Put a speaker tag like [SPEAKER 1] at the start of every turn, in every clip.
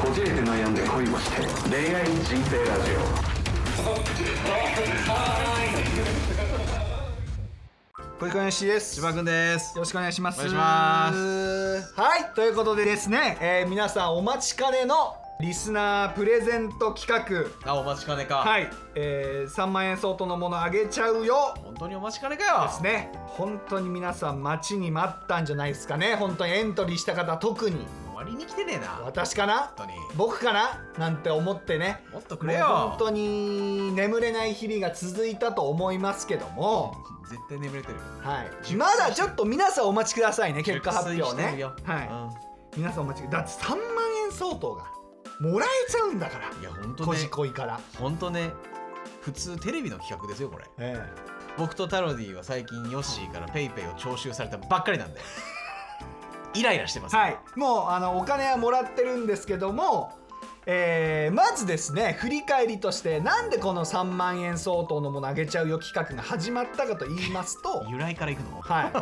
[SPEAKER 1] こじれて悩んで恋をして恋愛人生ラジ
[SPEAKER 2] 小池氏です。
[SPEAKER 3] 千葉君です
[SPEAKER 2] よろしくお願いします。。
[SPEAKER 3] お願いします
[SPEAKER 2] はい、ということでですね、えー皆さんお待ちかねのリスナープレゼント企
[SPEAKER 3] あお待ちかねか
[SPEAKER 2] 画、はい、えー、3万円相当のものあげちゃうよ。
[SPEAKER 3] 本当にお待ちかねかよ
[SPEAKER 2] ですね。本当に皆さん待ちに待ったんじゃないですかね。本当にエントリーした方特に
[SPEAKER 3] 終わりに来てねえな
[SPEAKER 2] 私かな
[SPEAKER 3] 本当に
[SPEAKER 2] 僕かななんて思ってね。
[SPEAKER 3] もっとくれよ
[SPEAKER 2] もう本当に眠れない日々が続いたと思いますけども。
[SPEAKER 3] 絶対眠れてる
[SPEAKER 2] はい、まだちょっと皆さんお待ちくださいね結果発表
[SPEAKER 3] 熟睡してる
[SPEAKER 2] ね
[SPEAKER 3] よ
[SPEAKER 2] はい、皆さんお待ちくださいだって3万円相当がもらえちゃうんだから
[SPEAKER 3] うんいや本当
[SPEAKER 2] こ
[SPEAKER 3] ね
[SPEAKER 2] じこいから、
[SPEAKER 3] 本当ね普通テレビの企画ですよこれ
[SPEAKER 2] え
[SPEAKER 3] 僕とタロディは最近ヨッシーからペイペイを徴収されたばっか りなんでイライラしてま
[SPEAKER 2] え
[SPEAKER 3] す、
[SPEAKER 2] はいもうあのお金はもらってるんですけどもえーまずですね振り返りとしてなんでこの3万円相当のものあげちゃうよ企画が始まったかと言いますと
[SPEAKER 3] 由来からいくの
[SPEAKER 2] はい。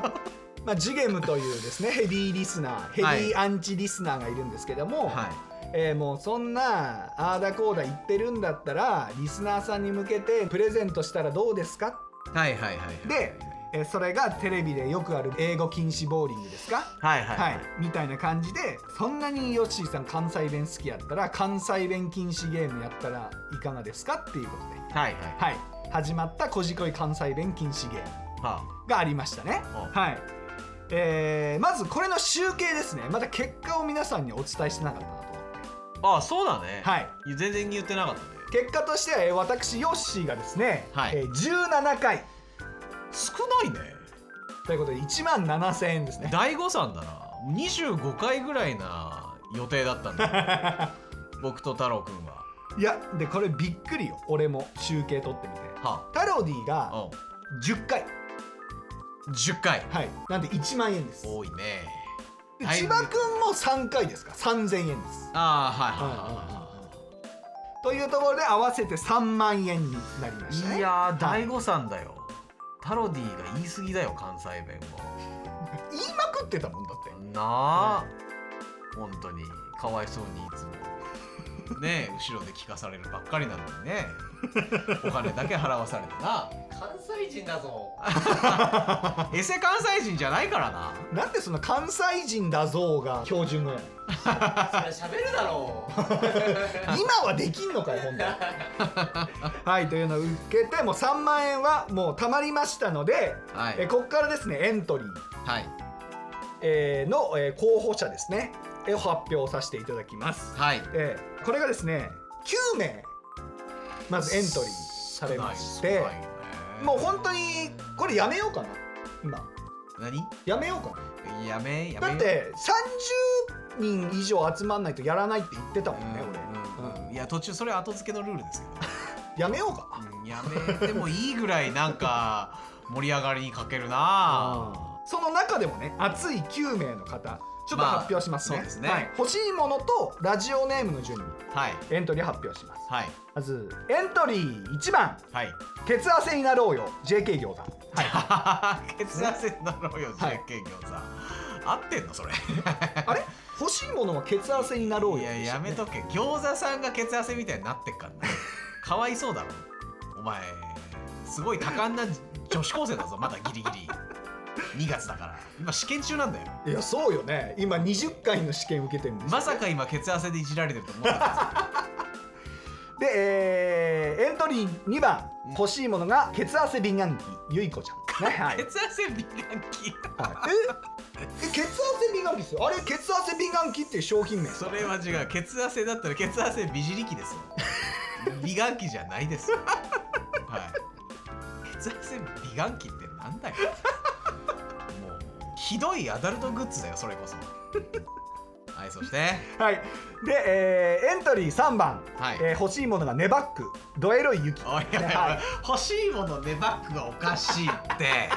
[SPEAKER 2] まあ、ジュゲムというですねヘビーリスナーヘビーアンチリスナーがいるんですけども、
[SPEAKER 3] はい
[SPEAKER 2] えーもうそんなあーだこうだ言ってるんだったらリスナーさんに向けてプレゼントしたらどうですか
[SPEAKER 3] はいはいはい
[SPEAKER 2] で、えーそれがテレビでよくある英語禁止ボーリングですか
[SPEAKER 3] はいはい
[SPEAKER 2] はい、みたいな感じでそんなにヨッシーさん関西弁好きやったら関西弁禁止ゲームやったらいかがですかっていうことで、
[SPEAKER 3] はいはい
[SPEAKER 2] はい、始まった「こじこい関西弁禁止ゲーム」
[SPEAKER 3] は
[SPEAKER 2] がありましたね。
[SPEAKER 3] あ
[SPEAKER 2] はいえーまずこれの集計ですねまだ結果を皆さんにお伝えしてなかったなと思って
[SPEAKER 3] ああそうだね
[SPEAKER 2] はい
[SPEAKER 3] いや全然言ってなかったんで
[SPEAKER 2] 結果としてはえー私ヨッシーがですね、
[SPEAKER 3] はい
[SPEAKER 2] えー17回
[SPEAKER 3] 少ないね
[SPEAKER 2] ということで1万7000円ですね
[SPEAKER 3] 大誤算だな25回ぐらいな予定だったんだよ僕と太郎くんははい
[SPEAKER 2] やでこれびっくりよ俺も集計取ってみて
[SPEAKER 3] あ
[SPEAKER 2] タロディが
[SPEAKER 3] う
[SPEAKER 2] 10回
[SPEAKER 3] ん10回
[SPEAKER 2] はいなんで1万円です
[SPEAKER 3] 多いね
[SPEAKER 2] で
[SPEAKER 3] はい
[SPEAKER 2] 千葉くんも3回ですか3000円です
[SPEAKER 3] ああ
[SPEAKER 2] というところで合わせて3万円になりま
[SPEAKER 3] はい
[SPEAKER 2] し
[SPEAKER 3] は
[SPEAKER 2] た
[SPEAKER 3] いはい
[SPEAKER 2] ね
[SPEAKER 3] いやー
[SPEAKER 2] はい
[SPEAKER 3] 大誤算だよタロディが言い過ぎだよ関西弁
[SPEAKER 2] 言いまくってたもんだって
[SPEAKER 3] をなあ、本当にかわいそうにいつも ねえ後ろで聞かされるばっかりなのにねお金だけ払わされてな関西人だぞ エセ関西人じゃないからな
[SPEAKER 2] なんでその関西人だぞうが標準語やねん
[SPEAKER 3] 喋るだろう
[SPEAKER 2] 今はできんのかよ本来 はいというのを受けてもう3万円はもうたまりましたので、
[SPEAKER 3] はい
[SPEAKER 2] えここからですねエントリー、
[SPEAKER 3] はい
[SPEAKER 2] えーの、えー候補者ですねえを発表させていただきます、
[SPEAKER 3] はい
[SPEAKER 2] えーこれがですね9名まずエントリーされましてもう本当にこれやめようかな今
[SPEAKER 3] 何
[SPEAKER 2] やめようか
[SPEAKER 3] やめやめ
[SPEAKER 2] なだって30人以上集まんないとやらないって言ってたもんね、
[SPEAKER 3] うん
[SPEAKER 2] 俺、
[SPEAKER 3] うん
[SPEAKER 2] うん
[SPEAKER 3] いや途中それは後付けのルールですけど
[SPEAKER 2] やめようか
[SPEAKER 3] うんやめてもいいぐらいなんか盛り上がりに欠けるな
[SPEAKER 2] その中でもね熱い9名の方ちょっと
[SPEAKER 3] まあ
[SPEAKER 2] 発表しますね,、
[SPEAKER 3] そうですね
[SPEAKER 2] はい、欲しいものとラジオネームの順に
[SPEAKER 3] はい
[SPEAKER 2] エントリー発表します
[SPEAKER 3] はい
[SPEAKER 2] まずエントリー1番
[SPEAKER 3] はい
[SPEAKER 2] 「血汗になろうよ JK 餃子」はい
[SPEAKER 3] 血汗になろうよ
[SPEAKER 2] はい
[SPEAKER 3] JK 餃子合ってんのそれ
[SPEAKER 2] あれ欲しいものは血汗になろうよ
[SPEAKER 3] いや
[SPEAKER 2] でした
[SPEAKER 3] や
[SPEAKER 2] ね
[SPEAKER 3] めとけ餃子さんが血汗みたいになってっからなかわいそうだろお前すごい多感な女子高生だぞまだギリギリ2月だから今試験中なんだよ
[SPEAKER 2] いやそうよね今20回の試験受けてるんですよ
[SPEAKER 3] まさか今血汗でいじられてると思ったか
[SPEAKER 2] で、えーエントリー2番
[SPEAKER 3] うん
[SPEAKER 2] 欲しいものが血汗美顔器ゆいこちゃんねは
[SPEAKER 3] ら
[SPEAKER 2] い
[SPEAKER 3] 血汗美顔器
[SPEAKER 2] はいええ血汗美顔器ですよあれ血汗美顔器っていう商品名
[SPEAKER 3] それは違う血汗だったら血汗美尻器ですよ美顔器じゃないですよはい血汗美顔器ってなんだよもうひどいアダルトグッズだよそれこそはいそして
[SPEAKER 2] はい、で、えーエントリー3番、
[SPEAKER 3] はい
[SPEAKER 2] えー欲しいものがネバックドエロい雪
[SPEAKER 3] おいおいおい、
[SPEAKER 2] は
[SPEAKER 3] 欲しいものねバッグがおかしいって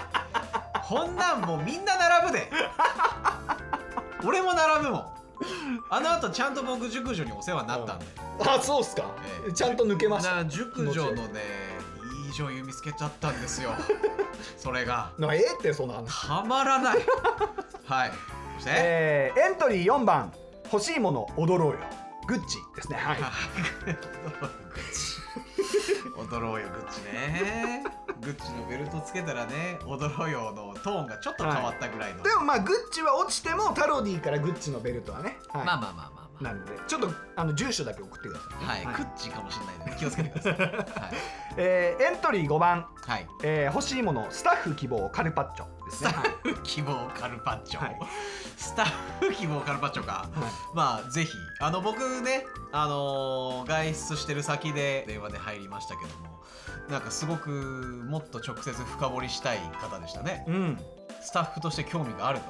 [SPEAKER 3] こんなんもうみんな並ぶで俺も並ぶもんあのあとちゃんと僕熟女にお世話になったんで、
[SPEAKER 2] あそうっすか、
[SPEAKER 3] ええ
[SPEAKER 2] ちゃんと抜けました
[SPEAKER 3] な熟女のねいい女優見つけちゃったんですよ それが
[SPEAKER 2] なええってそんな話、
[SPEAKER 3] たまらないはいそして、
[SPEAKER 2] えーエントリー4番欲しいもの踊ろうよグッチですねはい
[SPEAKER 3] 踊ろうよグッチねグッチのベルトつけたらね踊ろうよのトーンがちょっと変わったぐらいの、
[SPEAKER 2] でもまあグッチは落ちてもタロディからグッチのベルトはね、はい、
[SPEAKER 3] まあまあまあまあま
[SPEAKER 2] なんでちょっとあの住所だけ送ってください
[SPEAKER 3] あはい、
[SPEAKER 2] はい
[SPEAKER 3] グッチかもしれないので気をつけてくださいはい、
[SPEAKER 2] えーエントリー5番、
[SPEAKER 3] はい、
[SPEAKER 2] えー欲しいものスタッフ希望カルパッチョです
[SPEAKER 3] ス
[SPEAKER 2] ね
[SPEAKER 3] タ
[SPEAKER 2] はい
[SPEAKER 3] ッフ希望カルパッチョ、
[SPEAKER 2] はい
[SPEAKER 3] スタッフ希望カルパッチョか
[SPEAKER 2] はい
[SPEAKER 3] まあぜひあの僕ねあのー外出してる先で電話で入りましたけどもなんかすごくもっと直接深掘りしたい方でしたね
[SPEAKER 2] うん
[SPEAKER 3] スタッフとして興味があると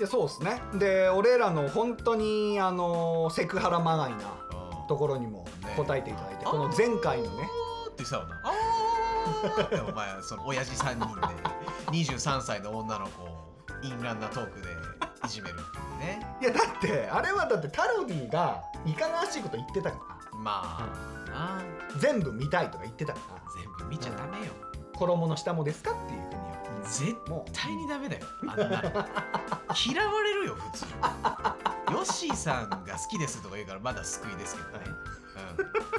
[SPEAKER 2] いやそうですねで俺らの本当にあのセクハラまがいなところにも答えていただいて、
[SPEAKER 3] ね
[SPEAKER 2] この前回のね
[SPEAKER 3] あーってさあーってお前その親父3人で23歳の女の子を淫乱なトークでいじめるっていうね
[SPEAKER 2] いやだってあれはだってタロディがいかがわしいこと言ってたか
[SPEAKER 3] まあなあ
[SPEAKER 2] ら全部見たいとか言ってたから
[SPEAKER 3] 全部見ちゃダメよ
[SPEAKER 2] 衣の下もですかっていうふうに言います
[SPEAKER 3] 絶
[SPEAKER 2] もう
[SPEAKER 3] 対にダメだよあんなの嫌われるよ普通ヨッシーさんが好きですとか言うからまだ救いですけどね、う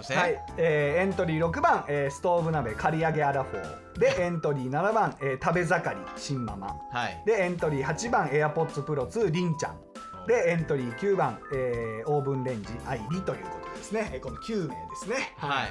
[SPEAKER 3] ん、そして、
[SPEAKER 2] はい、えーエントリー6番、えーストーブ鍋刈り上げアラフォー でエントリー7番、えー食べ盛り新ママ
[SPEAKER 3] はい
[SPEAKER 2] でエントリー8番 AirPods Pro2 りんちゃんでエントリー9番、えーオーブンレンジアイリということですねえーこの9名ですね
[SPEAKER 3] はい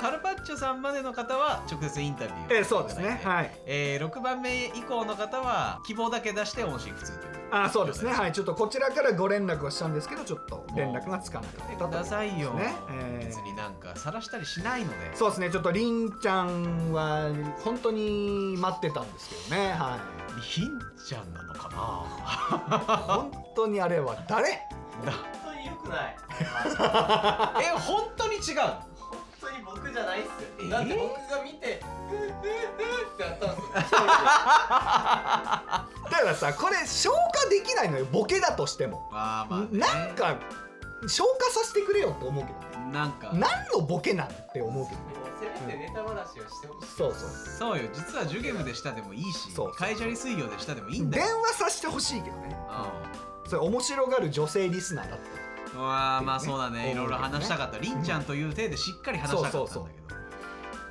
[SPEAKER 3] カルパッチョさんまでの方は直接インタビュー
[SPEAKER 2] えーそうですね
[SPEAKER 3] い
[SPEAKER 2] はい
[SPEAKER 3] えー、6番目以降の方は希望だけ出して音信不通という
[SPEAKER 2] あーそうですね
[SPEAKER 3] 状態
[SPEAKER 2] はいちょっとこちらからご連絡はしたんですけどちょっと連絡がつかなかっ
[SPEAKER 3] で
[SPEAKER 2] た
[SPEAKER 3] く
[SPEAKER 2] と
[SPEAKER 3] ださいよ、
[SPEAKER 2] ねえー
[SPEAKER 3] 別になんか晒したりしないので
[SPEAKER 2] そうですねちょっとりんちゃんは本当に待ってたんですけどねは
[SPEAKER 3] ヒンちゃんなのかない
[SPEAKER 2] 本当にあれは誰
[SPEAKER 4] 本当に良くない
[SPEAKER 3] え本当に違う
[SPEAKER 4] 本当に僕じゃないっす
[SPEAKER 3] え
[SPEAKER 4] よだって僕が見て「うううう」ってやったんですよ
[SPEAKER 2] だからさこれ消化できないのよボケだとしても、
[SPEAKER 3] あーまあ、ね、
[SPEAKER 2] なんか消化させてくれよって思うけどね
[SPEAKER 3] なんか
[SPEAKER 2] 何のボケなんって思うけど
[SPEAKER 4] もうせめてネタ話をしてほしい
[SPEAKER 2] そうそう
[SPEAKER 3] そうよ実はジュゲムでしたでもいいし
[SPEAKER 2] そう
[SPEAKER 3] 海砂利水魚でしたでもいいんだ
[SPEAKER 2] 電
[SPEAKER 3] よ
[SPEAKER 2] 話させてほしいけどね
[SPEAKER 3] う
[SPEAKER 2] それ面白がる女性リスナーだっ
[SPEAKER 3] んうわーまあ
[SPEAKER 2] っていうね
[SPEAKER 3] そうだねいろいろ話したかったりんちゃんという体でしっかり話したかったんだけど
[SPEAKER 2] た、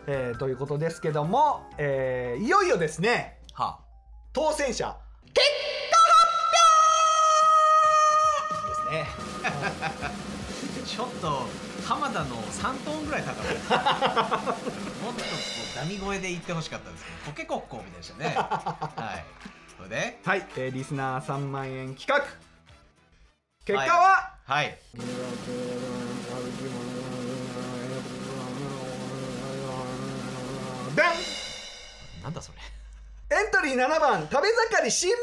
[SPEAKER 2] えーということですけども、えーいよいよですね
[SPEAKER 3] は
[SPEAKER 2] 当選者結果発表ですね
[SPEAKER 3] あちょっと浜田の3トーンぐらい高か ったもっとこうダミ声で言ってほしかったんですけどコケコッコーみたいでしたねはいそれで
[SPEAKER 2] はい、えーリスナー3万円企画結果は、
[SPEAKER 3] はい
[SPEAKER 2] ダン
[SPEAKER 3] なんだそれ
[SPEAKER 2] エントリー7番食べ盛り新マ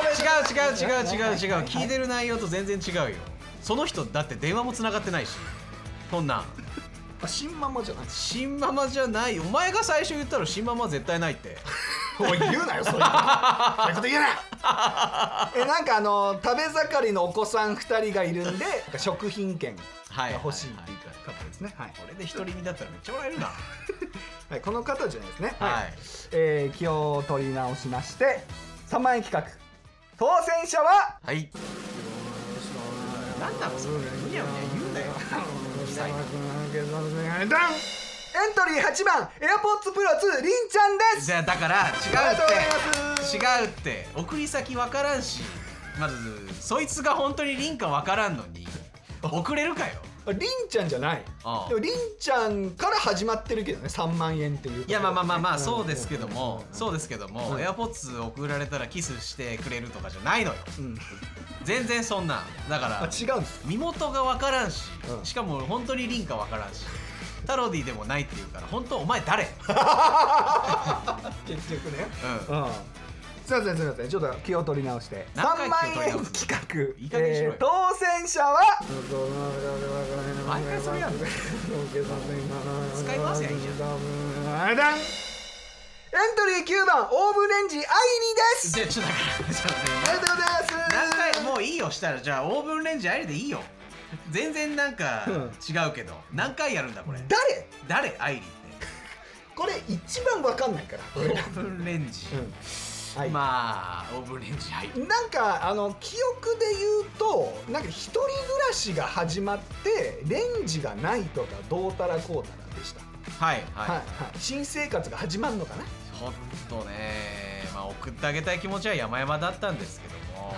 [SPEAKER 2] マ
[SPEAKER 3] 違う違う違う違う違う違う
[SPEAKER 2] はい
[SPEAKER 3] 聞いてる内容と全然違うよその人だって電話も繋がってないしそんなん
[SPEAKER 2] あ新ママじゃない
[SPEAKER 3] 新ママじゃないお前が最初言ったら新ママ絶対ないって
[SPEAKER 2] おい言うなよそういうのそういうこと言うな えなんかあの食べ盛りのお子さん2人がいる んで食品券が
[SPEAKER 3] はい
[SPEAKER 2] 欲しいって言った方ですねはい、
[SPEAKER 3] これで独り身だったらめっちゃおられるな
[SPEAKER 2] はい、この方じゃないですね
[SPEAKER 3] はい
[SPEAKER 2] えー気を取り直しまして3万円企画当選者は
[SPEAKER 3] はいなんなのそれむにゃむにゃ言うなよ
[SPEAKER 2] ダンエントリー8番 AirPods Pro 2りんちゃんです
[SPEAKER 3] じゃあだから違
[SPEAKER 2] ありがとう
[SPEAKER 3] う
[SPEAKER 2] ございます
[SPEAKER 3] って違うって送り先分からんしまずそいつが本当に凛か分からんのに送れるかよ
[SPEAKER 2] りんちゃんじゃない
[SPEAKER 3] ああ
[SPEAKER 2] でもりんちゃんから始まってるけどね3万円っていう
[SPEAKER 3] いやまあまあまあまあそうですけども
[SPEAKER 2] うん
[SPEAKER 3] そうですけども AirPods 送られたらキスしてくれるとかじゃないのよ
[SPEAKER 2] うん
[SPEAKER 3] 全然そんなだか
[SPEAKER 2] あ
[SPEAKER 3] ら
[SPEAKER 2] 違うんです
[SPEAKER 3] 身元が分からんし、
[SPEAKER 2] うん
[SPEAKER 3] しかも本当に凛か分からんしタロディでもないっていうから本当お前誰、う
[SPEAKER 2] 結局ね
[SPEAKER 3] ん、
[SPEAKER 2] うんすいませんすいませんちょっと気を取り直して3
[SPEAKER 3] 何回
[SPEAKER 2] 万
[SPEAKER 3] 気を取り
[SPEAKER 2] 円
[SPEAKER 3] 直す
[SPEAKER 2] 企画
[SPEAKER 3] いい加減にしろよ
[SPEAKER 2] えー当選者は
[SPEAKER 3] 毎回それやんの使い回せやいいじ
[SPEAKER 2] ゃんダンエントリー9番オーブンレンジアイリです
[SPEAKER 3] じゃあちょっとだからちょっと待
[SPEAKER 2] ありがとうございます
[SPEAKER 3] って何回もういいよしたらじゃあオーブンレンジありでいいよ全然なんか
[SPEAKER 2] うん
[SPEAKER 3] 違うけど何回やるんだこれ
[SPEAKER 2] 誰
[SPEAKER 3] 誰アイリーっ
[SPEAKER 2] これ一番わかんないから
[SPEAKER 3] てオーブンレンジ
[SPEAKER 2] うんはい
[SPEAKER 3] まあオーブンレンジ入って
[SPEAKER 2] なんかあの記憶で言うとなんか一人暮らしが始まってレンジがないとかどうたらこうたらでした、
[SPEAKER 3] はいはい、
[SPEAKER 2] はいはい、新生活が始まるのかな
[SPEAKER 3] ちょっとねまあ送ってあげたい気持ちは山々だったんですけども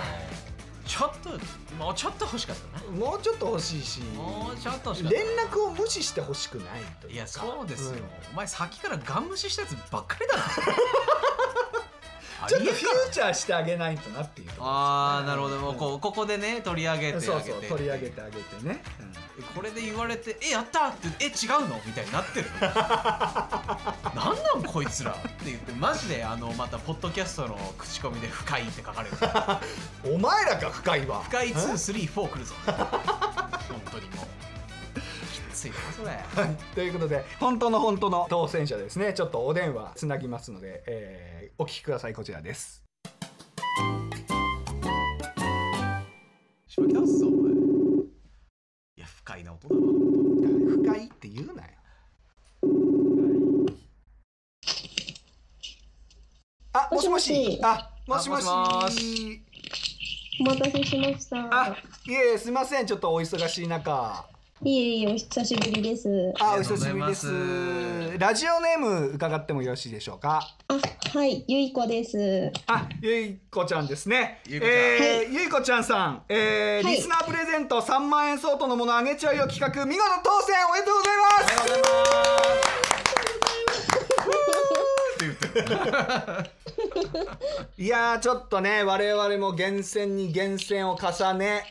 [SPEAKER 3] ちょっともうちょっと欲しかったな
[SPEAKER 2] もうちょっと欲しいし
[SPEAKER 3] もうちょっと欲しか
[SPEAKER 2] 連
[SPEAKER 3] ったな
[SPEAKER 2] 絡を無視してほしくないというか
[SPEAKER 3] いやそうですよ、
[SPEAKER 2] ん
[SPEAKER 3] お前さっきからガン無視したやつばっかりだなあ
[SPEAKER 2] ちょっ
[SPEAKER 3] り
[SPEAKER 2] と
[SPEAKER 3] えん
[SPEAKER 2] フ
[SPEAKER 3] か
[SPEAKER 2] ューチャーしてあげないとなっていうとこ
[SPEAKER 3] あーなるほどもうこうここでね取り上げてあげて
[SPEAKER 2] そうそう取り上げてあげてね、
[SPEAKER 3] これで言われて「えやった!」って「え違うの?」みたいになってる のなんなんこいつらって言ってマジであのまたポッドキャストの口コミで「深い」って書かれる
[SPEAKER 2] お前らが深いわ
[SPEAKER 3] 深い234来 るぞ本当にもうきついなそれ
[SPEAKER 2] はい ということで本当の本当の当選者ですねちょっとお電話つなぎますので、えーお聞きくださいこちらです
[SPEAKER 3] しばき出すぞお前いや不快な音だわ
[SPEAKER 2] 深いって言うなよあもしも
[SPEAKER 5] もしも
[SPEAKER 2] し
[SPEAKER 5] し
[SPEAKER 2] あもしもし
[SPEAKER 3] あもしもし
[SPEAKER 5] お待たせしました。
[SPEAKER 2] あいえすいませんちょっとお忙しい中
[SPEAKER 5] いえいえ、お久しぶりです。
[SPEAKER 2] あ
[SPEAKER 3] あ
[SPEAKER 2] お
[SPEAKER 3] りがと
[SPEAKER 2] 久
[SPEAKER 3] うご
[SPEAKER 2] し
[SPEAKER 3] ざい
[SPEAKER 2] ぶり
[SPEAKER 3] ま
[SPEAKER 2] ですすラジオネーム伺ってもよろしいでしょうか
[SPEAKER 5] あ、はい、ゆいこです。
[SPEAKER 2] あ、ゆいこちゃんですね。
[SPEAKER 3] ゆいこちゃん
[SPEAKER 2] えーゆいこちゃんさん、えー
[SPEAKER 5] はい
[SPEAKER 2] リスナープレゼント3万円相当のものあげちゃうよ企画、見事当選おめでとうござい
[SPEAKER 3] おはようございますって言ってる
[SPEAKER 2] ます。いやー、ちょっとね、我々も厳選に厳選を重ね、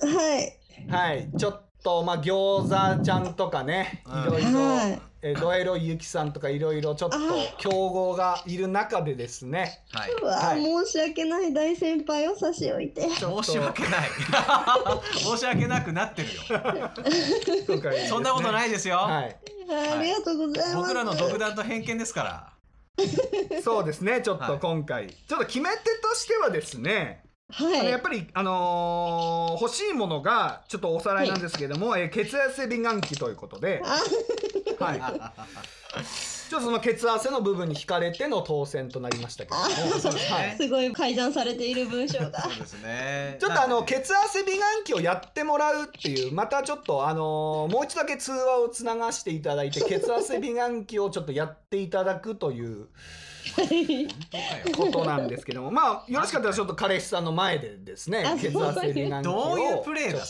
[SPEAKER 5] はい。
[SPEAKER 2] はい、ちょっと、まあ、餃子ちゃんとかね、
[SPEAKER 3] うん
[SPEAKER 2] いろいろ
[SPEAKER 5] はい、
[SPEAKER 2] えードエロゆきさんとかいろいろちょっと
[SPEAKER 5] あ
[SPEAKER 2] 競合がいる中でですね、
[SPEAKER 3] は
[SPEAKER 5] うわ、
[SPEAKER 2] はい
[SPEAKER 5] 申し訳ない大先輩を差し置いて。
[SPEAKER 3] い申し訳ない 申し訳なくなってるよ
[SPEAKER 2] 今回ですね
[SPEAKER 3] そんなことないですよ、
[SPEAKER 2] はい。
[SPEAKER 5] ありがとうございます。
[SPEAKER 3] 僕らの独断と偏見ですから
[SPEAKER 2] そうですね、ちょっ
[SPEAKER 3] は
[SPEAKER 2] と
[SPEAKER 3] い
[SPEAKER 2] 今回、ちょっと決め手としてはですね、あ
[SPEAKER 5] は
[SPEAKER 2] の
[SPEAKER 5] い。
[SPEAKER 2] やっぱり、あのー欲しいものがちょっとおさらいなんですけれども、えー血圧美顔器ということで、
[SPEAKER 5] あ、
[SPEAKER 2] はい、ちょっとその血圧の部分に惹かれての当選となりましたけれども、
[SPEAKER 3] そうです
[SPEAKER 2] はい
[SPEAKER 3] ね
[SPEAKER 5] すごい改ざんされている文章が。
[SPEAKER 3] そうですね
[SPEAKER 2] ちょっとあの血圧美顔器をやってもらうっていうまたちょっとあのーもう一度だけ通話をつながしていただいて血圧美顔器をちょっとやっていただくという
[SPEAKER 5] はい
[SPEAKER 2] ことなんですけどもまあよろしかったらちょっと彼氏さんの前でですね
[SPEAKER 5] あ
[SPEAKER 2] 血圧美顔器
[SPEAKER 3] どういうプレーだ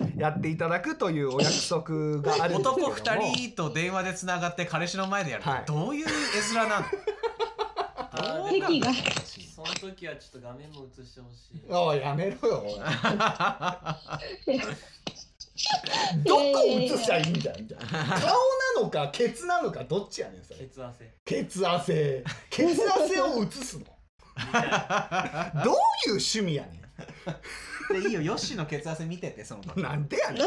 [SPEAKER 2] をやっていただくというお約束があるんですけれども
[SPEAKER 3] 男二人と電話でつながって彼氏の前でやる
[SPEAKER 2] はい
[SPEAKER 3] ってどういう絵面なの
[SPEAKER 4] あーでも
[SPEAKER 5] 敵が。
[SPEAKER 4] その時はちょっと画面も映してほしい
[SPEAKER 2] おいやめろよおい どこ映しちゃいいんだみたいな顔なのかケツなのかどっちやねんそれ
[SPEAKER 4] 血汗
[SPEAKER 2] ケツ汗ケツ汗を映すの どういう趣味やね
[SPEAKER 3] でいいよヨッシーの血圧見ててその
[SPEAKER 2] ん
[SPEAKER 3] 時
[SPEAKER 2] なんでやねん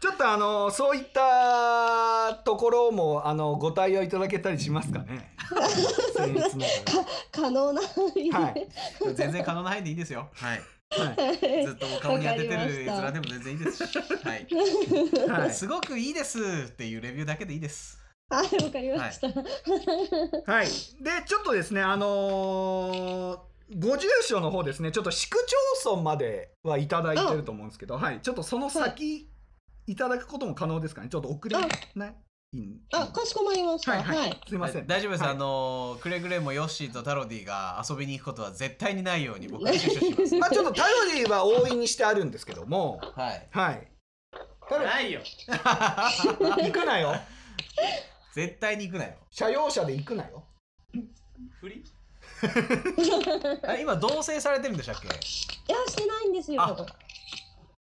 [SPEAKER 2] ちょっとあのそういったところもあのご対応いただけたりしますか ね僭越な
[SPEAKER 5] 可能な範囲で。
[SPEAKER 2] がらはい
[SPEAKER 3] 全然可能な範囲でいいんですよはい
[SPEAKER 5] はい
[SPEAKER 3] ずっとお顔に当てて
[SPEAKER 5] わか
[SPEAKER 3] る
[SPEAKER 5] り
[SPEAKER 3] 絵
[SPEAKER 5] まし
[SPEAKER 3] 面
[SPEAKER 5] た
[SPEAKER 3] でも全然いいですし、はい、
[SPEAKER 2] はい
[SPEAKER 3] すごくいいですっていうレビューだけでいいです
[SPEAKER 5] あ、わかりました。
[SPEAKER 2] はい。で、ちょっとですね、あのーご住所の方ですね、ちょっと市区町村まではいただいてると思うんですけど、はい。ちょっとその先、い、ただくことも可能ですかね。ちょっと遅れないん。
[SPEAKER 5] あ、かしこまりました。
[SPEAKER 2] はいはい
[SPEAKER 5] はい。
[SPEAKER 2] すいません。
[SPEAKER 3] 大丈夫です、
[SPEAKER 2] はい
[SPEAKER 3] あのーくれぐれもヨッシーとタロディが遊びに行くことは絶対にないように僕は躊躇します
[SPEAKER 2] まあちょっと頼りは多いにしてあるんですけども、
[SPEAKER 3] はい
[SPEAKER 2] はい。
[SPEAKER 4] ないよ
[SPEAKER 2] 行くなよ。
[SPEAKER 3] 絶対に行くなよ
[SPEAKER 2] 車用車で行くなよ。
[SPEAKER 4] 振り
[SPEAKER 3] あ今同棲されてるんでしたっけ
[SPEAKER 5] いや、してないんですよ。
[SPEAKER 3] あ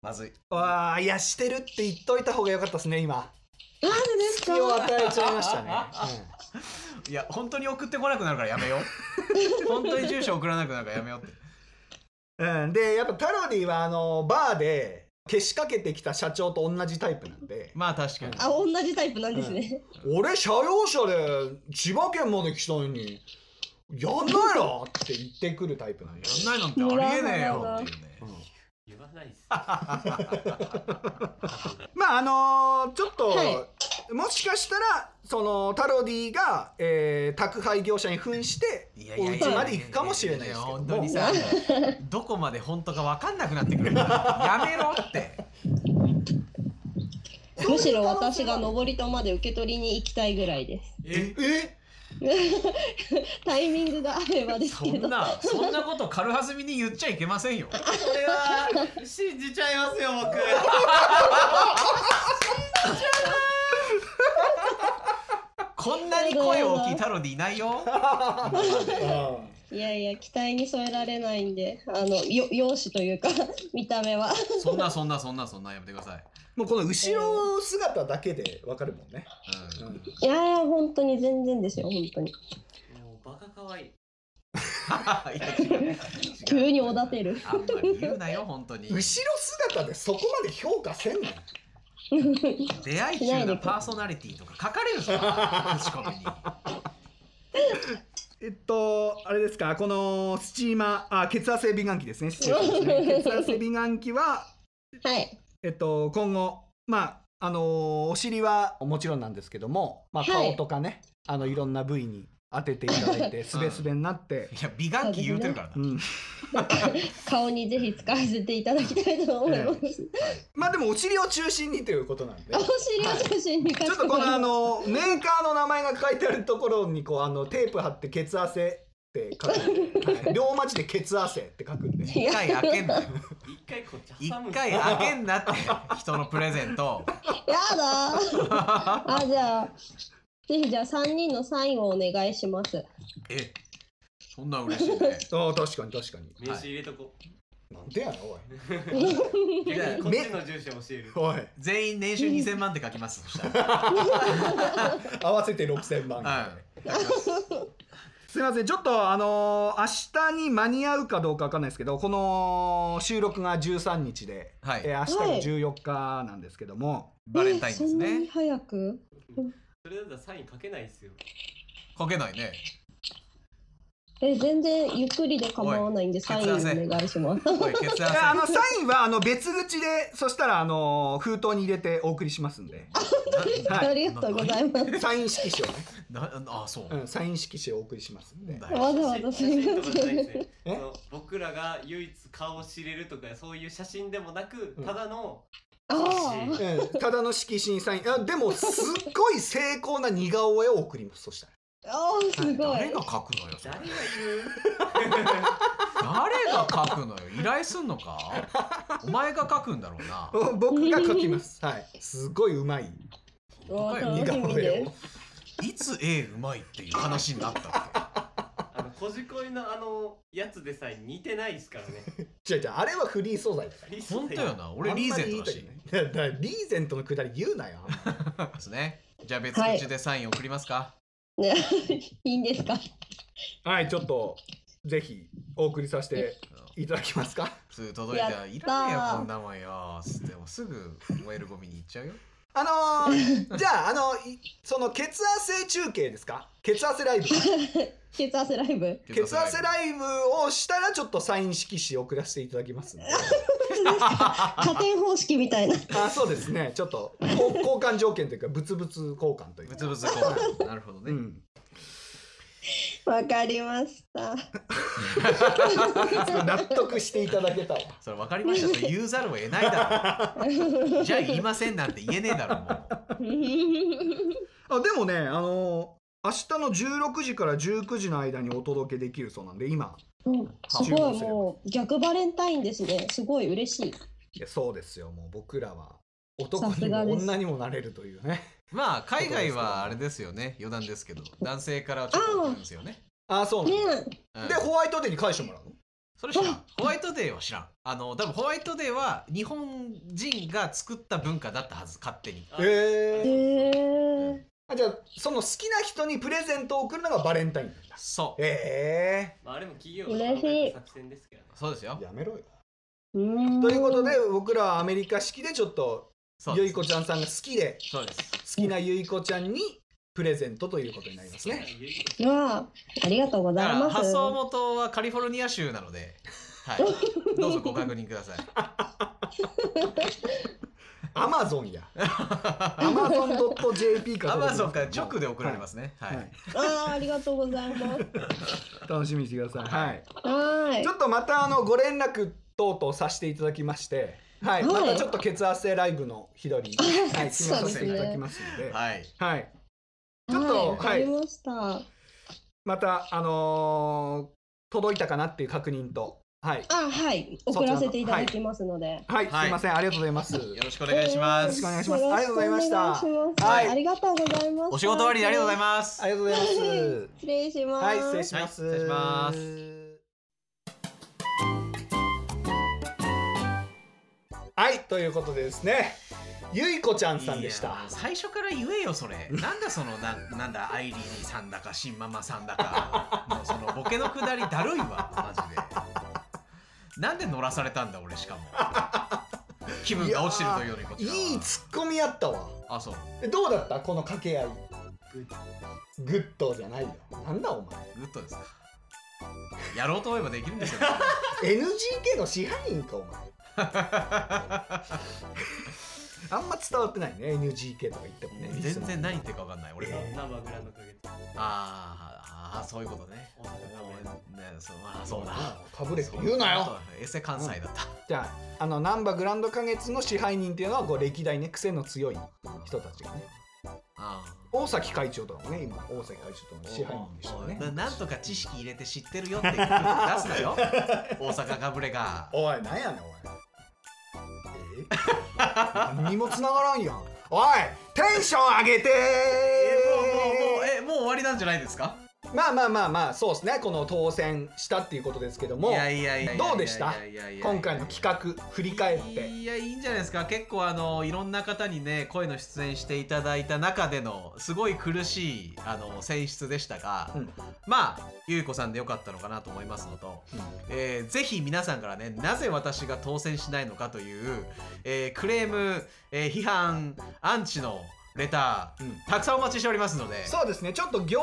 [SPEAKER 3] まずい
[SPEAKER 2] ああ、いや、してるって言っといた方が良かったですね、今。
[SPEAKER 5] なんでです
[SPEAKER 2] 気を
[SPEAKER 5] か。
[SPEAKER 2] 与えちゃいましたね。
[SPEAKER 3] いや本当に送ってこなくなるからやめよう本当に住所送らなくなるからやめようって
[SPEAKER 2] うん。うん、で、やっぱタロディは、あのバーで、けしかけてきた社長と同じタイプなんで、
[SPEAKER 3] まあ確かに
[SPEAKER 5] あ、同じタイプなんですね。
[SPEAKER 2] 俺車用車で千葉県まで来たのにやんないなって言ってくるタイプなんよ
[SPEAKER 3] やんないなんてありえねえよっていうね
[SPEAKER 4] 言わないっす
[SPEAKER 2] まああのーちょっと、
[SPEAKER 5] は
[SPEAKER 2] もしかしたらそのタロディが、えー宅配業者に扮して
[SPEAKER 3] いやい
[SPEAKER 2] お
[SPEAKER 3] やいや
[SPEAKER 2] 家まで行くかもしれないですけど
[SPEAKER 3] 本当
[SPEAKER 2] も
[SPEAKER 3] にさどこまで本当か分かんなくなってくるから やめろって
[SPEAKER 5] むしろ私が上りとまで受け取りに行きたいぐらいです。
[SPEAKER 3] え
[SPEAKER 5] タイミングがあればです
[SPEAKER 3] そ
[SPEAKER 5] けど
[SPEAKER 3] ん。なそんなこと軽はずみに言っちゃいけませんよ
[SPEAKER 4] それは信じちゃいますよ僕
[SPEAKER 3] こんなに声大きいタロディいないよ
[SPEAKER 2] うん
[SPEAKER 5] いやいや、期待に添えられないんで、あの、よ容姿というか、見た目は。
[SPEAKER 3] そんなそんなそんなそんなやめてください、
[SPEAKER 2] もうこの後ろ姿だけでわかるもんね、
[SPEAKER 3] うん
[SPEAKER 2] うん
[SPEAKER 5] いやいや、本当に全然ですよ、本当に。
[SPEAKER 4] もうバカ可愛い
[SPEAKER 3] いや違う違う
[SPEAKER 5] 急におだてる。
[SPEAKER 3] あんまり言うなよ本当に
[SPEAKER 2] 後ろ姿でそこまで評価せんの
[SPEAKER 3] 出会い中のパーソナリティとか書かれるぞ仕込みに
[SPEAKER 2] えっとあれですかこのスチーマーあ血圧性美顔器ですね失礼しましたね 血圧性美顔器は
[SPEAKER 5] はい。
[SPEAKER 2] えっと今後まああのーお尻はもちろんなんですけども、まあ、
[SPEAKER 5] はい
[SPEAKER 2] 顔とかね、い、あのいろんな部位に当てていた だいてすべすべにな って、
[SPEAKER 3] いや美顔器言うてるからな、
[SPEAKER 2] うん、
[SPEAKER 5] 顔にぜひ使わせていただきたいと思います。
[SPEAKER 2] まあでもお尻を中心にということ なんで
[SPEAKER 5] お尻を中心に書
[SPEAKER 2] ちょっと
[SPEAKER 5] く
[SPEAKER 2] このあのメーカーの名前が書いてあるところにこうあのテープ貼って「血汗」って書くん で、はい両間違で「血汗」って書くんで
[SPEAKER 3] 一回開けんなよ
[SPEAKER 4] 一回こっち
[SPEAKER 3] 一
[SPEAKER 4] 挟む
[SPEAKER 3] 回開けんなって人のプレゼント
[SPEAKER 5] やだーあ、じゃあ、ぜひじゃあ3人のサインをお願いします。
[SPEAKER 3] えそんな嬉しい ね
[SPEAKER 2] ああ確かに確か に
[SPEAKER 4] 名刺入れとこ
[SPEAKER 2] なんでやねんおい
[SPEAKER 4] 逆にこっちの住所教える
[SPEAKER 2] おい
[SPEAKER 3] 全員年収2000万って書きますそした ら
[SPEAKER 2] 合わせて6000万円、
[SPEAKER 3] はい書きます
[SPEAKER 2] すいませんちょっとあのー明日に間に合うかどうかわかんないですけどこの収録が13日で、
[SPEAKER 3] はい
[SPEAKER 2] えー明日が14日なんですけども、
[SPEAKER 3] バレンタインです
[SPEAKER 5] えそんなに
[SPEAKER 3] ね
[SPEAKER 5] 早く
[SPEAKER 4] それだったらサイン書けないですよ
[SPEAKER 3] 書けないね
[SPEAKER 5] え、全然ゆっくりで構わないんで、
[SPEAKER 3] おい
[SPEAKER 5] サインお願いします。
[SPEAKER 3] おい血圧
[SPEAKER 2] いやあのサインはあの別口でそしたらあのー封筒に入れてお送りしますんで
[SPEAKER 3] な
[SPEAKER 2] はい
[SPEAKER 5] ありがとうござい ます。
[SPEAKER 2] サイン色紙をね
[SPEAKER 3] ななあそう、
[SPEAKER 2] うん、サイン色紙をお送りしますんで。
[SPEAKER 3] だ
[SPEAKER 5] わ
[SPEAKER 3] よ
[SPEAKER 5] ざわざす
[SPEAKER 4] 写
[SPEAKER 5] み
[SPEAKER 4] 真
[SPEAKER 5] ま
[SPEAKER 4] とかじゃない
[SPEAKER 5] せ
[SPEAKER 4] で
[SPEAKER 5] ん
[SPEAKER 4] す。ね
[SPEAKER 2] え
[SPEAKER 4] その僕らが唯一顔を知れるとかそういう写真でもなく
[SPEAKER 2] うん
[SPEAKER 4] ただの
[SPEAKER 5] ああ、
[SPEAKER 2] うん、ただの色紙にサインあでもすっごい精巧な似顔絵を送りますそしたら
[SPEAKER 5] ああ、すごい
[SPEAKER 3] 誰。が書くのよそれ
[SPEAKER 4] 誰が
[SPEAKER 3] 誰が書くのよ依頼すんのかお前が書くんだろうな
[SPEAKER 2] お僕が描きますはいすごいうまい
[SPEAKER 5] わあ
[SPEAKER 2] 似
[SPEAKER 5] 楽しみ
[SPEAKER 2] 顔絵
[SPEAKER 5] で
[SPEAKER 2] を
[SPEAKER 3] いつ絵うまいっていう話になったっ
[SPEAKER 4] 言うあのこじこいのあのやつでさえ似てないですからね
[SPEAKER 2] 違う違うあれはフリー素材だから
[SPEAKER 3] け本当よ な俺リーゼントだし
[SPEAKER 2] あんまり言いたくないだからリーゼントのくだり言うなよあんま
[SPEAKER 3] ですねじゃあ別口でサイン送りますか、
[SPEAKER 5] ね、いいんですか。
[SPEAKER 2] り はいちょっとぜひお送りさせていただきますか
[SPEAKER 3] すぐ届いた
[SPEAKER 5] やっ
[SPEAKER 3] ら
[SPEAKER 5] たー
[SPEAKER 3] いらねえよこんなもんよつってもうすぐ燃えるゴミに行っちゃうよ
[SPEAKER 2] あのー、じゃああのいその血圧性中継ですか血圧ライブ
[SPEAKER 5] 血圧ライブ。
[SPEAKER 2] 血圧ライブをしたらちょっとサイン色紙送らせていただきますん で
[SPEAKER 5] 加点方式み たいな。
[SPEAKER 2] あそうですねちょっとこう交換条件というか物々交換という
[SPEAKER 3] ブ
[SPEAKER 2] か
[SPEAKER 3] ツブツこう なるほど
[SPEAKER 2] う
[SPEAKER 3] ね、
[SPEAKER 2] ん、
[SPEAKER 5] わかりました。
[SPEAKER 2] 納得していただけたわ
[SPEAKER 3] それ分かりましたそれ言うざるを得ないだろうじゃあ言いませんなんて言えねえだろも
[SPEAKER 2] あ
[SPEAKER 3] う
[SPEAKER 2] でもねあの明日の16時から19時の間にお届けできるそうなんで今
[SPEAKER 5] うんすごいもう逆バレンタインですね。すごい嬉しい。
[SPEAKER 2] いやそうですよもう僕らは男
[SPEAKER 5] さ
[SPEAKER 2] に
[SPEAKER 5] すが
[SPEAKER 2] も
[SPEAKER 5] です
[SPEAKER 2] 女にもなれるというね
[SPEAKER 3] まあ海外はあれですよね余談ですけど男性からはちょっと送るんですよね、
[SPEAKER 2] あそうな
[SPEAKER 5] ね
[SPEAKER 2] の、
[SPEAKER 3] うん
[SPEAKER 2] でホワイトデーに返してもらうの
[SPEAKER 3] それ知らんホワイトデーは知らんあの多分ホワイトデーは日本人が作った文化だったはず勝手に
[SPEAKER 4] あ
[SPEAKER 5] え。
[SPEAKER 2] えー、
[SPEAKER 5] へえ。
[SPEAKER 2] あじゃあその好きな人にプレゼントを送るのがバレンタインなんだ
[SPEAKER 3] そう
[SPEAKER 2] え
[SPEAKER 4] まああれも企業の考えた作戦ですけどね
[SPEAKER 3] そうです
[SPEAKER 2] え
[SPEAKER 3] よ
[SPEAKER 2] やめろよ
[SPEAKER 5] うーん
[SPEAKER 2] ということで。僕らはアメリカ式でちょっと
[SPEAKER 3] そう
[SPEAKER 2] ゆ
[SPEAKER 3] で
[SPEAKER 2] い
[SPEAKER 3] す
[SPEAKER 2] こちゃんさんが好きで
[SPEAKER 3] そうです
[SPEAKER 2] 好きなゆいこちゃんにプレゼントということになりますね。
[SPEAKER 4] 言うこと
[SPEAKER 5] うわありがとうご
[SPEAKER 3] だ
[SPEAKER 5] ざ
[SPEAKER 3] か
[SPEAKER 5] い
[SPEAKER 3] ら
[SPEAKER 5] ます。
[SPEAKER 3] 発送元はカリフォルニア州な ので、はい、どうぞご確認ください。
[SPEAKER 2] アマゾン や。アマゾン .jp か
[SPEAKER 3] ア
[SPEAKER 2] ら届きます。。
[SPEAKER 3] マゾンから直で送られますすね。は。
[SPEAKER 2] はいい。
[SPEAKER 5] あーありがとうございます。
[SPEAKER 2] 楽しみにしてください。はい。
[SPEAKER 5] はーい
[SPEAKER 2] ちょ。っとまたあのご連絡等々させていただきまして、はい、
[SPEAKER 5] はい
[SPEAKER 2] またちょっと血圧性ライブの日取り、 はい、決めさせていただきますので、
[SPEAKER 3] はい。
[SPEAKER 2] はい、ちょっと
[SPEAKER 5] はい、わかりました。あ
[SPEAKER 2] またあのー届いたかなっていう確認と、はい、
[SPEAKER 5] はい。送らせていただきますので。
[SPEAKER 2] はい、
[SPEAKER 3] はい
[SPEAKER 2] すいません、ありがとうございます。
[SPEAKER 3] よろしくお願いしま
[SPEAKER 2] し
[SPEAKER 3] す
[SPEAKER 2] くお。願いしま
[SPEAKER 5] よ
[SPEAKER 2] す
[SPEAKER 5] ろしくお願いします
[SPEAKER 2] ありがとう
[SPEAKER 5] はい、ありがとうございます。
[SPEAKER 3] お仕事終わりでありがとうござい
[SPEAKER 5] ま
[SPEAKER 3] ます
[SPEAKER 2] あ。りがとうございます。
[SPEAKER 5] 失礼します。
[SPEAKER 2] はい、失礼します。
[SPEAKER 3] はい失礼します
[SPEAKER 2] はい、ということでですね、ゆいこちゃんさんでし
[SPEAKER 3] い
[SPEAKER 2] た
[SPEAKER 3] や。最初から言えよそれなんだそのなんなんだアイリーンさんだか新ママさん だかもうそのボケのくだりだるいわマジでなんで乗らされたんだ俺しかも気分が落ちてるというのにこ
[SPEAKER 2] い
[SPEAKER 3] ちらはい
[SPEAKER 2] ツッコミあったわ。
[SPEAKER 3] あそう
[SPEAKER 2] えどうだったこの掛け合い。
[SPEAKER 4] グッ
[SPEAKER 2] グッドじゃないよ。なんだお
[SPEAKER 3] グッドですかやろうと思えばできるんで すよ、ね、
[SPEAKER 2] 前。NGK の支配人かお 前。あんま伝わってないね。NGK とか言ってもね。
[SPEAKER 3] 全然何言ってるか分かんない俺も
[SPEAKER 4] 生グランドかけて
[SPEAKER 3] あーあーそういうことね
[SPEAKER 4] 大阪か
[SPEAKER 3] ねそうあーそうだ
[SPEAKER 2] かぶれて言うなよ。
[SPEAKER 3] エセ関西だった、
[SPEAKER 2] じゃあ、あの、ナンバグランド花月の支配人っていうのは、こう、歴代ね、癖の強い人たちがね。
[SPEAKER 3] ああ
[SPEAKER 2] 大崎会長とかもね、今、大崎会長との支配人でしたね
[SPEAKER 3] な。なんとか知識入れて知ってるよ っていう空気出すのよ大阪かぶれが
[SPEAKER 2] おい、なんやねん、おい。え 何にも繋がらんやん。おい、テンション上げて
[SPEAKER 3] えもうもうもうえもう終わりなんじゃないですか
[SPEAKER 2] まあまあまあまあ、そうですね。この当選したっていうことですけども、
[SPEAKER 3] いやいやいやいや
[SPEAKER 2] どうでした
[SPEAKER 3] いやいやいやいや
[SPEAKER 2] 今回の企画、振り返って。
[SPEAKER 3] いやいいんじゃないですか結構あのいろんな方にね声の出演していただいた中でのすごい苦しいあの選出でしたが、
[SPEAKER 2] うん
[SPEAKER 3] まあゆいこさんでよかったのかなと思いますのと、えーぜひ皆さんからねなぜ私が当選しないのかという、えークレーム、えー批判アンチのレター、
[SPEAKER 2] うん
[SPEAKER 3] たくさんお待ちしておりますので
[SPEAKER 2] そうですね。ちょっと餃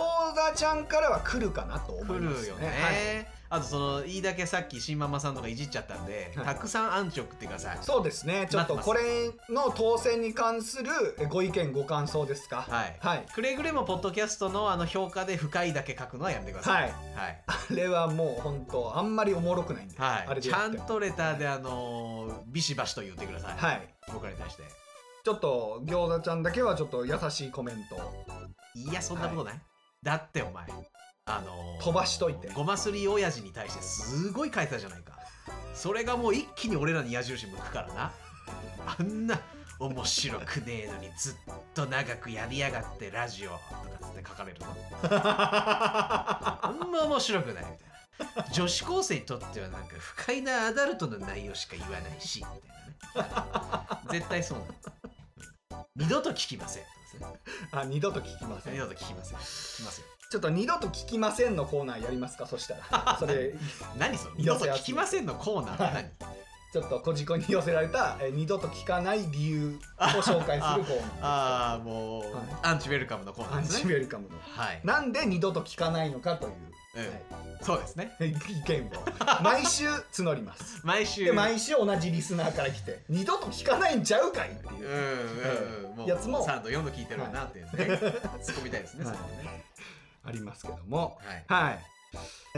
[SPEAKER 2] 子ちゃんからは来るかなと思
[SPEAKER 3] 来
[SPEAKER 2] い
[SPEAKER 3] る
[SPEAKER 2] ます、ね。
[SPEAKER 3] よね、あとそのいいだけさっき新ママさんとかいじっちゃったんで、
[SPEAKER 2] はい
[SPEAKER 3] たくさんアンチ送ってください
[SPEAKER 2] そうですね。ちょっと
[SPEAKER 3] 待ってます
[SPEAKER 2] これの当選に関するご意見ご感想ですか。
[SPEAKER 3] はい
[SPEAKER 2] はい。
[SPEAKER 3] くれぐれもポッドキャストのあの評価で深いだけ書くのはやめてください。
[SPEAKER 2] はい
[SPEAKER 3] はい。
[SPEAKER 2] あれはもう本当あんまりおもろくないんで。
[SPEAKER 3] はい。
[SPEAKER 2] あれで
[SPEAKER 3] ち
[SPEAKER 2] や
[SPEAKER 3] ゃ
[SPEAKER 2] って
[SPEAKER 3] ん
[SPEAKER 2] も。
[SPEAKER 3] とレターであのービシバシと言ってください。
[SPEAKER 2] はい。
[SPEAKER 3] 僕らに対して。
[SPEAKER 2] ちょっと餃子ちゃんだけはちょっと優しいコメントを。
[SPEAKER 3] いや、そんなことない。だってお前、あのー
[SPEAKER 2] 飛ばしといて
[SPEAKER 3] ごますり親父に対してすごい書いてたじゃないか。それがもう一気に俺らに矢印向くからな。あんな面白くねえのにずっと長くやりやがってラジオとかつって書かれるの。あんま面白くないみたいな。女子高生にとってはなんか不快なアダルトの内容しか言わないし、みたいなね。絶対そうなんです。二度と聞きません。
[SPEAKER 2] あ二度と聞きません
[SPEAKER 3] 二。度と聞きません。聞きますよ。
[SPEAKER 2] ちょっと二度と聞きませんのコーナーやりますか。そしたらそれ
[SPEAKER 3] 何それ
[SPEAKER 2] 二
[SPEAKER 3] 二
[SPEAKER 2] 度
[SPEAKER 3] 度
[SPEAKER 2] と
[SPEAKER 3] と
[SPEAKER 2] やつ
[SPEAKER 3] 聞きませんのコーナーは何
[SPEAKER 2] ちょっとこじこに寄せられた、えー二度と聞かない理由を紹介するコーナー
[SPEAKER 3] ああ、もう、
[SPEAKER 2] はい
[SPEAKER 3] アンチウェルカムのコーナ
[SPEAKER 2] ア
[SPEAKER 3] ー
[SPEAKER 2] ン
[SPEAKER 3] で
[SPEAKER 2] チ
[SPEAKER 3] す
[SPEAKER 2] ウ
[SPEAKER 3] ね。
[SPEAKER 2] ェルカムの。
[SPEAKER 3] はい。
[SPEAKER 2] なんで二度と聞かないのかという。
[SPEAKER 3] うんそうですね。
[SPEAKER 2] はい意見を毎週募ります
[SPEAKER 3] 毎週。
[SPEAKER 2] で毎週同じリスナーから来て二度と聞かないんちゃうかいって
[SPEAKER 3] うん
[SPEAKER 2] いうう、
[SPEAKER 3] んうん。もう、
[SPEAKER 2] やつも
[SPEAKER 3] 3度、4度聞いてるなっていうね。突っ込みたいですね、そ
[SPEAKER 2] はい
[SPEAKER 3] れはね。
[SPEAKER 2] ありますけども
[SPEAKER 3] はい。
[SPEAKER 2] はい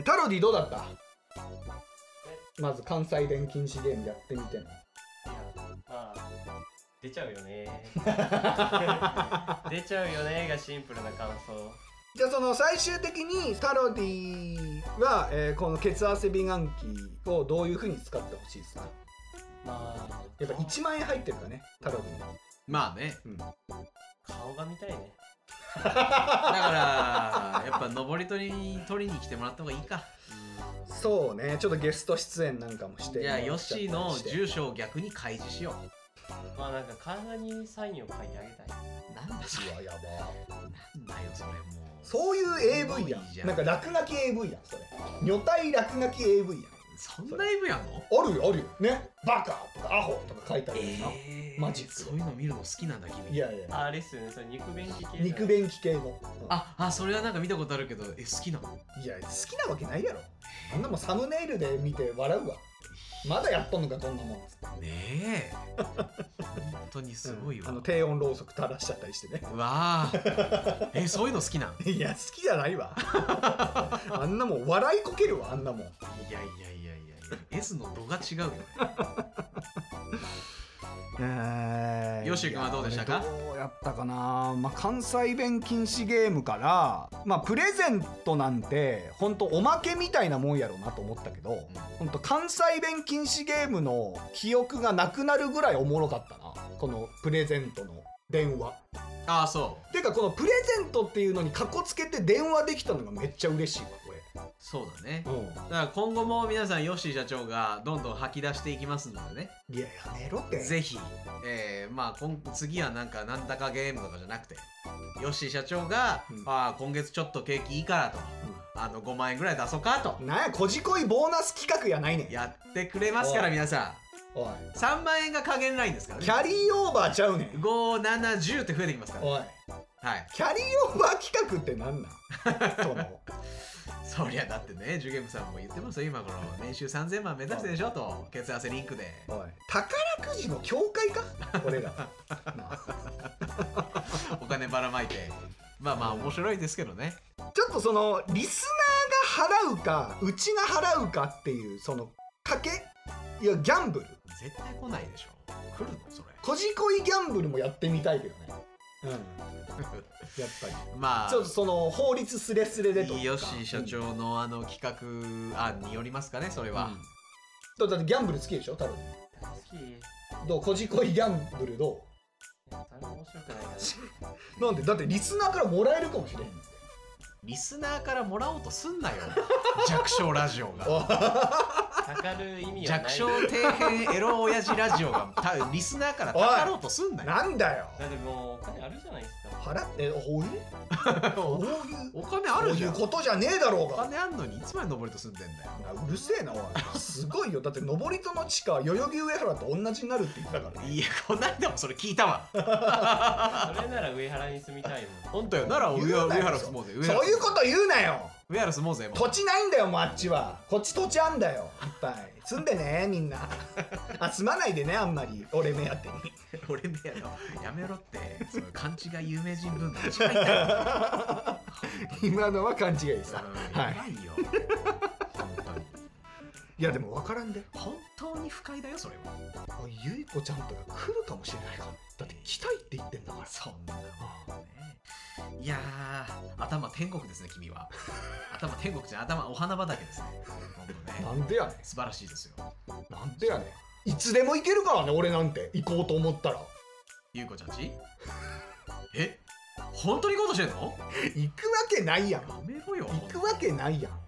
[SPEAKER 2] タロディどうだったまず関西弁禁止ゲームやってみての
[SPEAKER 4] いやまあ出ちゃうよ ね出ちゃうよねがシンプルな感想
[SPEAKER 2] じゃあその最終的にタロディは、えーこの血汗美顔器をどういうふうに使ってほしいですか
[SPEAKER 4] まあ
[SPEAKER 2] やっぱ1万円入ってるからねタロディ
[SPEAKER 3] まあね。
[SPEAKER 4] 顔が見たいね
[SPEAKER 3] だから、やっぱ、登り取りに、取りに来てもらった方がいいか。
[SPEAKER 2] そうねちょっとゲスト出演なんかもして
[SPEAKER 3] じゃあ、
[SPEAKER 2] もら
[SPEAKER 3] ヨ
[SPEAKER 2] っ
[SPEAKER 3] ッ
[SPEAKER 2] ちゃった
[SPEAKER 3] シ
[SPEAKER 2] り
[SPEAKER 3] ーの
[SPEAKER 2] して
[SPEAKER 3] 住所を逆に開示しよ。
[SPEAKER 4] まあなんか体にサインを書いてあげたいう
[SPEAKER 3] なんだし、
[SPEAKER 2] うわやばい
[SPEAKER 3] なんだよ、それもう。
[SPEAKER 2] そういう AV や
[SPEAKER 3] いい
[SPEAKER 2] ん
[SPEAKER 3] じゃん
[SPEAKER 2] なんか落書き AV やんそれ女体落書き AV やん
[SPEAKER 3] そんな AV やんの
[SPEAKER 2] あるよあるよねバカとかアホとか書いてあるよな、
[SPEAKER 3] え
[SPEAKER 2] マジック
[SPEAKER 3] そういうの見るの好きなんだ、君。
[SPEAKER 2] いやいや
[SPEAKER 4] ああれっすよねそれ肉便器系
[SPEAKER 2] 肉便器系の、うん
[SPEAKER 3] あ、あ、それはなんか見たことあるけど、え、好きなの
[SPEAKER 2] いや好きなわけないやろあんなもんサムネイルで見て笑うわまだやっとんのかこんなもん
[SPEAKER 3] ねえ本当にすごいわ、
[SPEAKER 2] あ
[SPEAKER 3] う
[SPEAKER 2] の低温ろうそく垂らしちゃったりしてね
[SPEAKER 3] うわあえそういうの好きなん
[SPEAKER 2] いや好きじゃない わあんなもん笑いこけるわあんなもん
[SPEAKER 3] いやいやいやいやいや S の度が違うよね
[SPEAKER 2] えー
[SPEAKER 3] よし君はどうでしたか
[SPEAKER 2] いや俺どうやったかな、まあ、関西弁禁止ゲームから、まあ、プレゼントなんて本当おまけみたいなもんやろうなと思ったけど本当関西弁禁止ゲームの記憶がなくなるぐらいおもろかったなこのプレゼントの電話
[SPEAKER 3] ああそ
[SPEAKER 2] ていうかこのプレゼントっていうのにかこつけて電話できたのがめっちゃ嬉しいわ
[SPEAKER 3] うそうだね
[SPEAKER 2] これ、
[SPEAKER 3] だから今後も皆さんヨッシー社長がどんどん吐き出していきますのでね
[SPEAKER 2] いややめろって
[SPEAKER 3] ぜひ、えーまあ、今次はなんかなんだかゲームとかじゃなくてヨッシー社長が、
[SPEAKER 2] うん
[SPEAKER 3] あー今月ちょっと景気いいからと、あの5万円ぐらい出そうかと
[SPEAKER 2] なんやこじこいボーナス企画やないねん
[SPEAKER 3] やってくれますから
[SPEAKER 2] おい
[SPEAKER 3] 皆さ
[SPEAKER 2] おい
[SPEAKER 3] ん3万円が加減ラインですからね
[SPEAKER 2] キャリーオーバーちゃうねん
[SPEAKER 3] 570って増えてきますから
[SPEAKER 2] おい
[SPEAKER 3] はい
[SPEAKER 2] キャリーオーバー企画ってなんなんその
[SPEAKER 3] そりゃだってねジュゲムさんも言ってますよ今この年収3000万目指してでしょと血汗リンクで
[SPEAKER 2] おい宝くじの協会か俺らなあ
[SPEAKER 3] お金ばらまいてまあまあ面白いですけどね
[SPEAKER 2] ちょっとそのリスナーが払うかうちが払うかっていうその賭けいやギャンブル
[SPEAKER 3] 絶対来ないでしょ来るのそれ
[SPEAKER 2] こじこいギャンブルもやってみたいけどねうんやっぱり
[SPEAKER 3] まあ
[SPEAKER 2] ちょっとその法律すれすれでとか
[SPEAKER 3] 吉井社長のあの企画案によりますかねそれは、
[SPEAKER 2] うんだってギャンブル好きでしょ多分
[SPEAKER 4] 好きい
[SPEAKER 2] どうこじこいギャンブルど
[SPEAKER 4] や誰も面白くないから
[SPEAKER 2] うなんでだってリスナーからもらえるかもしれへん
[SPEAKER 3] リスナーからもらおうとすんなよ弱小ラジオが
[SPEAKER 4] かかる意味は
[SPEAKER 3] 弱
[SPEAKER 4] ない
[SPEAKER 3] 小底辺エロ親父ラジオがたリスナーからたかろうとすんなよ
[SPEAKER 2] なんだよ
[SPEAKER 4] だってもうお金あるじゃないですか
[SPEAKER 2] 払ってお いそういう
[SPEAKER 3] お金あるじゃん
[SPEAKER 2] そういうことじゃねえだろう
[SPEAKER 3] お
[SPEAKER 2] が
[SPEAKER 3] 金あんのにいつまで登りと住んでんだよ
[SPEAKER 2] うるせえなおいすごいよだって上りとの地下代々木上原と同じになるって言ってたからね
[SPEAKER 3] いやこないだもそれ聞いたわ
[SPEAKER 4] それなら上原に住みたいもん
[SPEAKER 3] 本当よなら上
[SPEAKER 2] 言うなよ
[SPEAKER 3] 上原住もうぜ上
[SPEAKER 2] そう
[SPEAKER 3] 原
[SPEAKER 2] いうこと言うなよ
[SPEAKER 3] 上原住もうぜもう
[SPEAKER 2] 土地ないんだよもうあっちはこっち土地あんだよいっぱい住んでねみんなあ住まないでねあんまり俺目当てに
[SPEAKER 3] 俺ねあのやめろってその勘違い有名人分が一番痛い
[SPEAKER 2] 今のは勘違いです
[SPEAKER 3] さ
[SPEAKER 2] は
[SPEAKER 3] やばいよ本当に
[SPEAKER 2] いやでも分からんで
[SPEAKER 3] 本当に不快だよそれは
[SPEAKER 2] あゆいこちゃんとか来るかもしれないからだって来たいって言ってんだから
[SPEAKER 3] そんなもんねいやー頭天国ですね君 は頭天国じゃない頭お花畑ですね本当
[SPEAKER 2] な
[SPEAKER 3] ね
[SPEAKER 2] んでやね
[SPEAKER 3] 素晴らしいですよ
[SPEAKER 2] んなんでやねんいつでも行けるからね俺なんて行こうと思ったら
[SPEAKER 3] ゆうこちゃんちえ本当に行こうとしてんの
[SPEAKER 2] 行くわけないやん
[SPEAKER 3] やめろよ
[SPEAKER 2] 行くわけないやん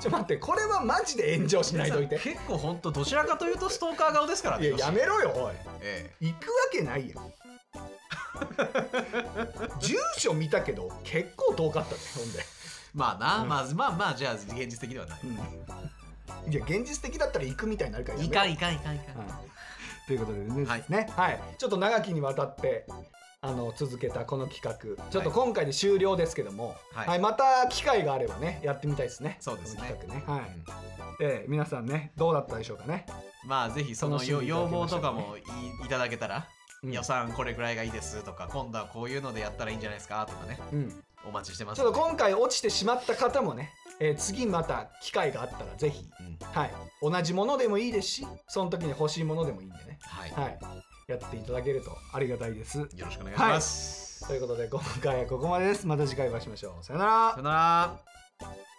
[SPEAKER 2] ちょ待ってこれはマジで炎上しないといて
[SPEAKER 3] 結構本当どちらかというとストーカー顔ですから
[SPEAKER 2] い
[SPEAKER 3] ね
[SPEAKER 2] ややめろよおい
[SPEAKER 3] え
[SPEAKER 2] 行くわけないやん 住所見たけど結構遠かったねほんで、
[SPEAKER 3] えまあな、まずまあまあじゃあ現実的ではない、
[SPEAKER 2] うん、いや現実的だったら行くみたいになるからやめ
[SPEAKER 3] い
[SPEAKER 2] ろ
[SPEAKER 3] かんいかんいかんいかん、
[SPEAKER 2] はいということでね,、
[SPEAKER 3] はい
[SPEAKER 2] ねはい、ちょっと長きにわたってあの続けたこの企画ちょっと今回で終了ですけども、は
[SPEAKER 3] はいい
[SPEAKER 2] また機会があればねやってみたいですね
[SPEAKER 3] そうですね
[SPEAKER 2] この企画ね、はい
[SPEAKER 3] うん
[SPEAKER 2] えー皆さんねどうだったでしょうかね、
[SPEAKER 3] まあぜひその
[SPEAKER 2] 楽しん
[SPEAKER 3] 要
[SPEAKER 2] でいただ
[SPEAKER 3] 要
[SPEAKER 2] けま
[SPEAKER 3] 望
[SPEAKER 2] した
[SPEAKER 3] と
[SPEAKER 2] ら
[SPEAKER 3] か
[SPEAKER 2] ね
[SPEAKER 3] もいいただけたら、
[SPEAKER 2] うん
[SPEAKER 3] 予算これくらいがいいですとか今度はこういうのでやったらいいんじゃないですかとかね
[SPEAKER 2] うん、
[SPEAKER 3] お待ちしてます
[SPEAKER 2] ちょっと今回落ちてしまった方もね、えー次また機会があったらぜひ、
[SPEAKER 3] うん
[SPEAKER 2] はい、同じものでもいいですしその時に欲しいものでもいいんでね、
[SPEAKER 3] はい、
[SPEAKER 2] はい、やっていただけるとありがたいです
[SPEAKER 3] よろしくお願いします、
[SPEAKER 2] ということで今回はここまでですまた次回お会いしましょうさよなら
[SPEAKER 3] さよなら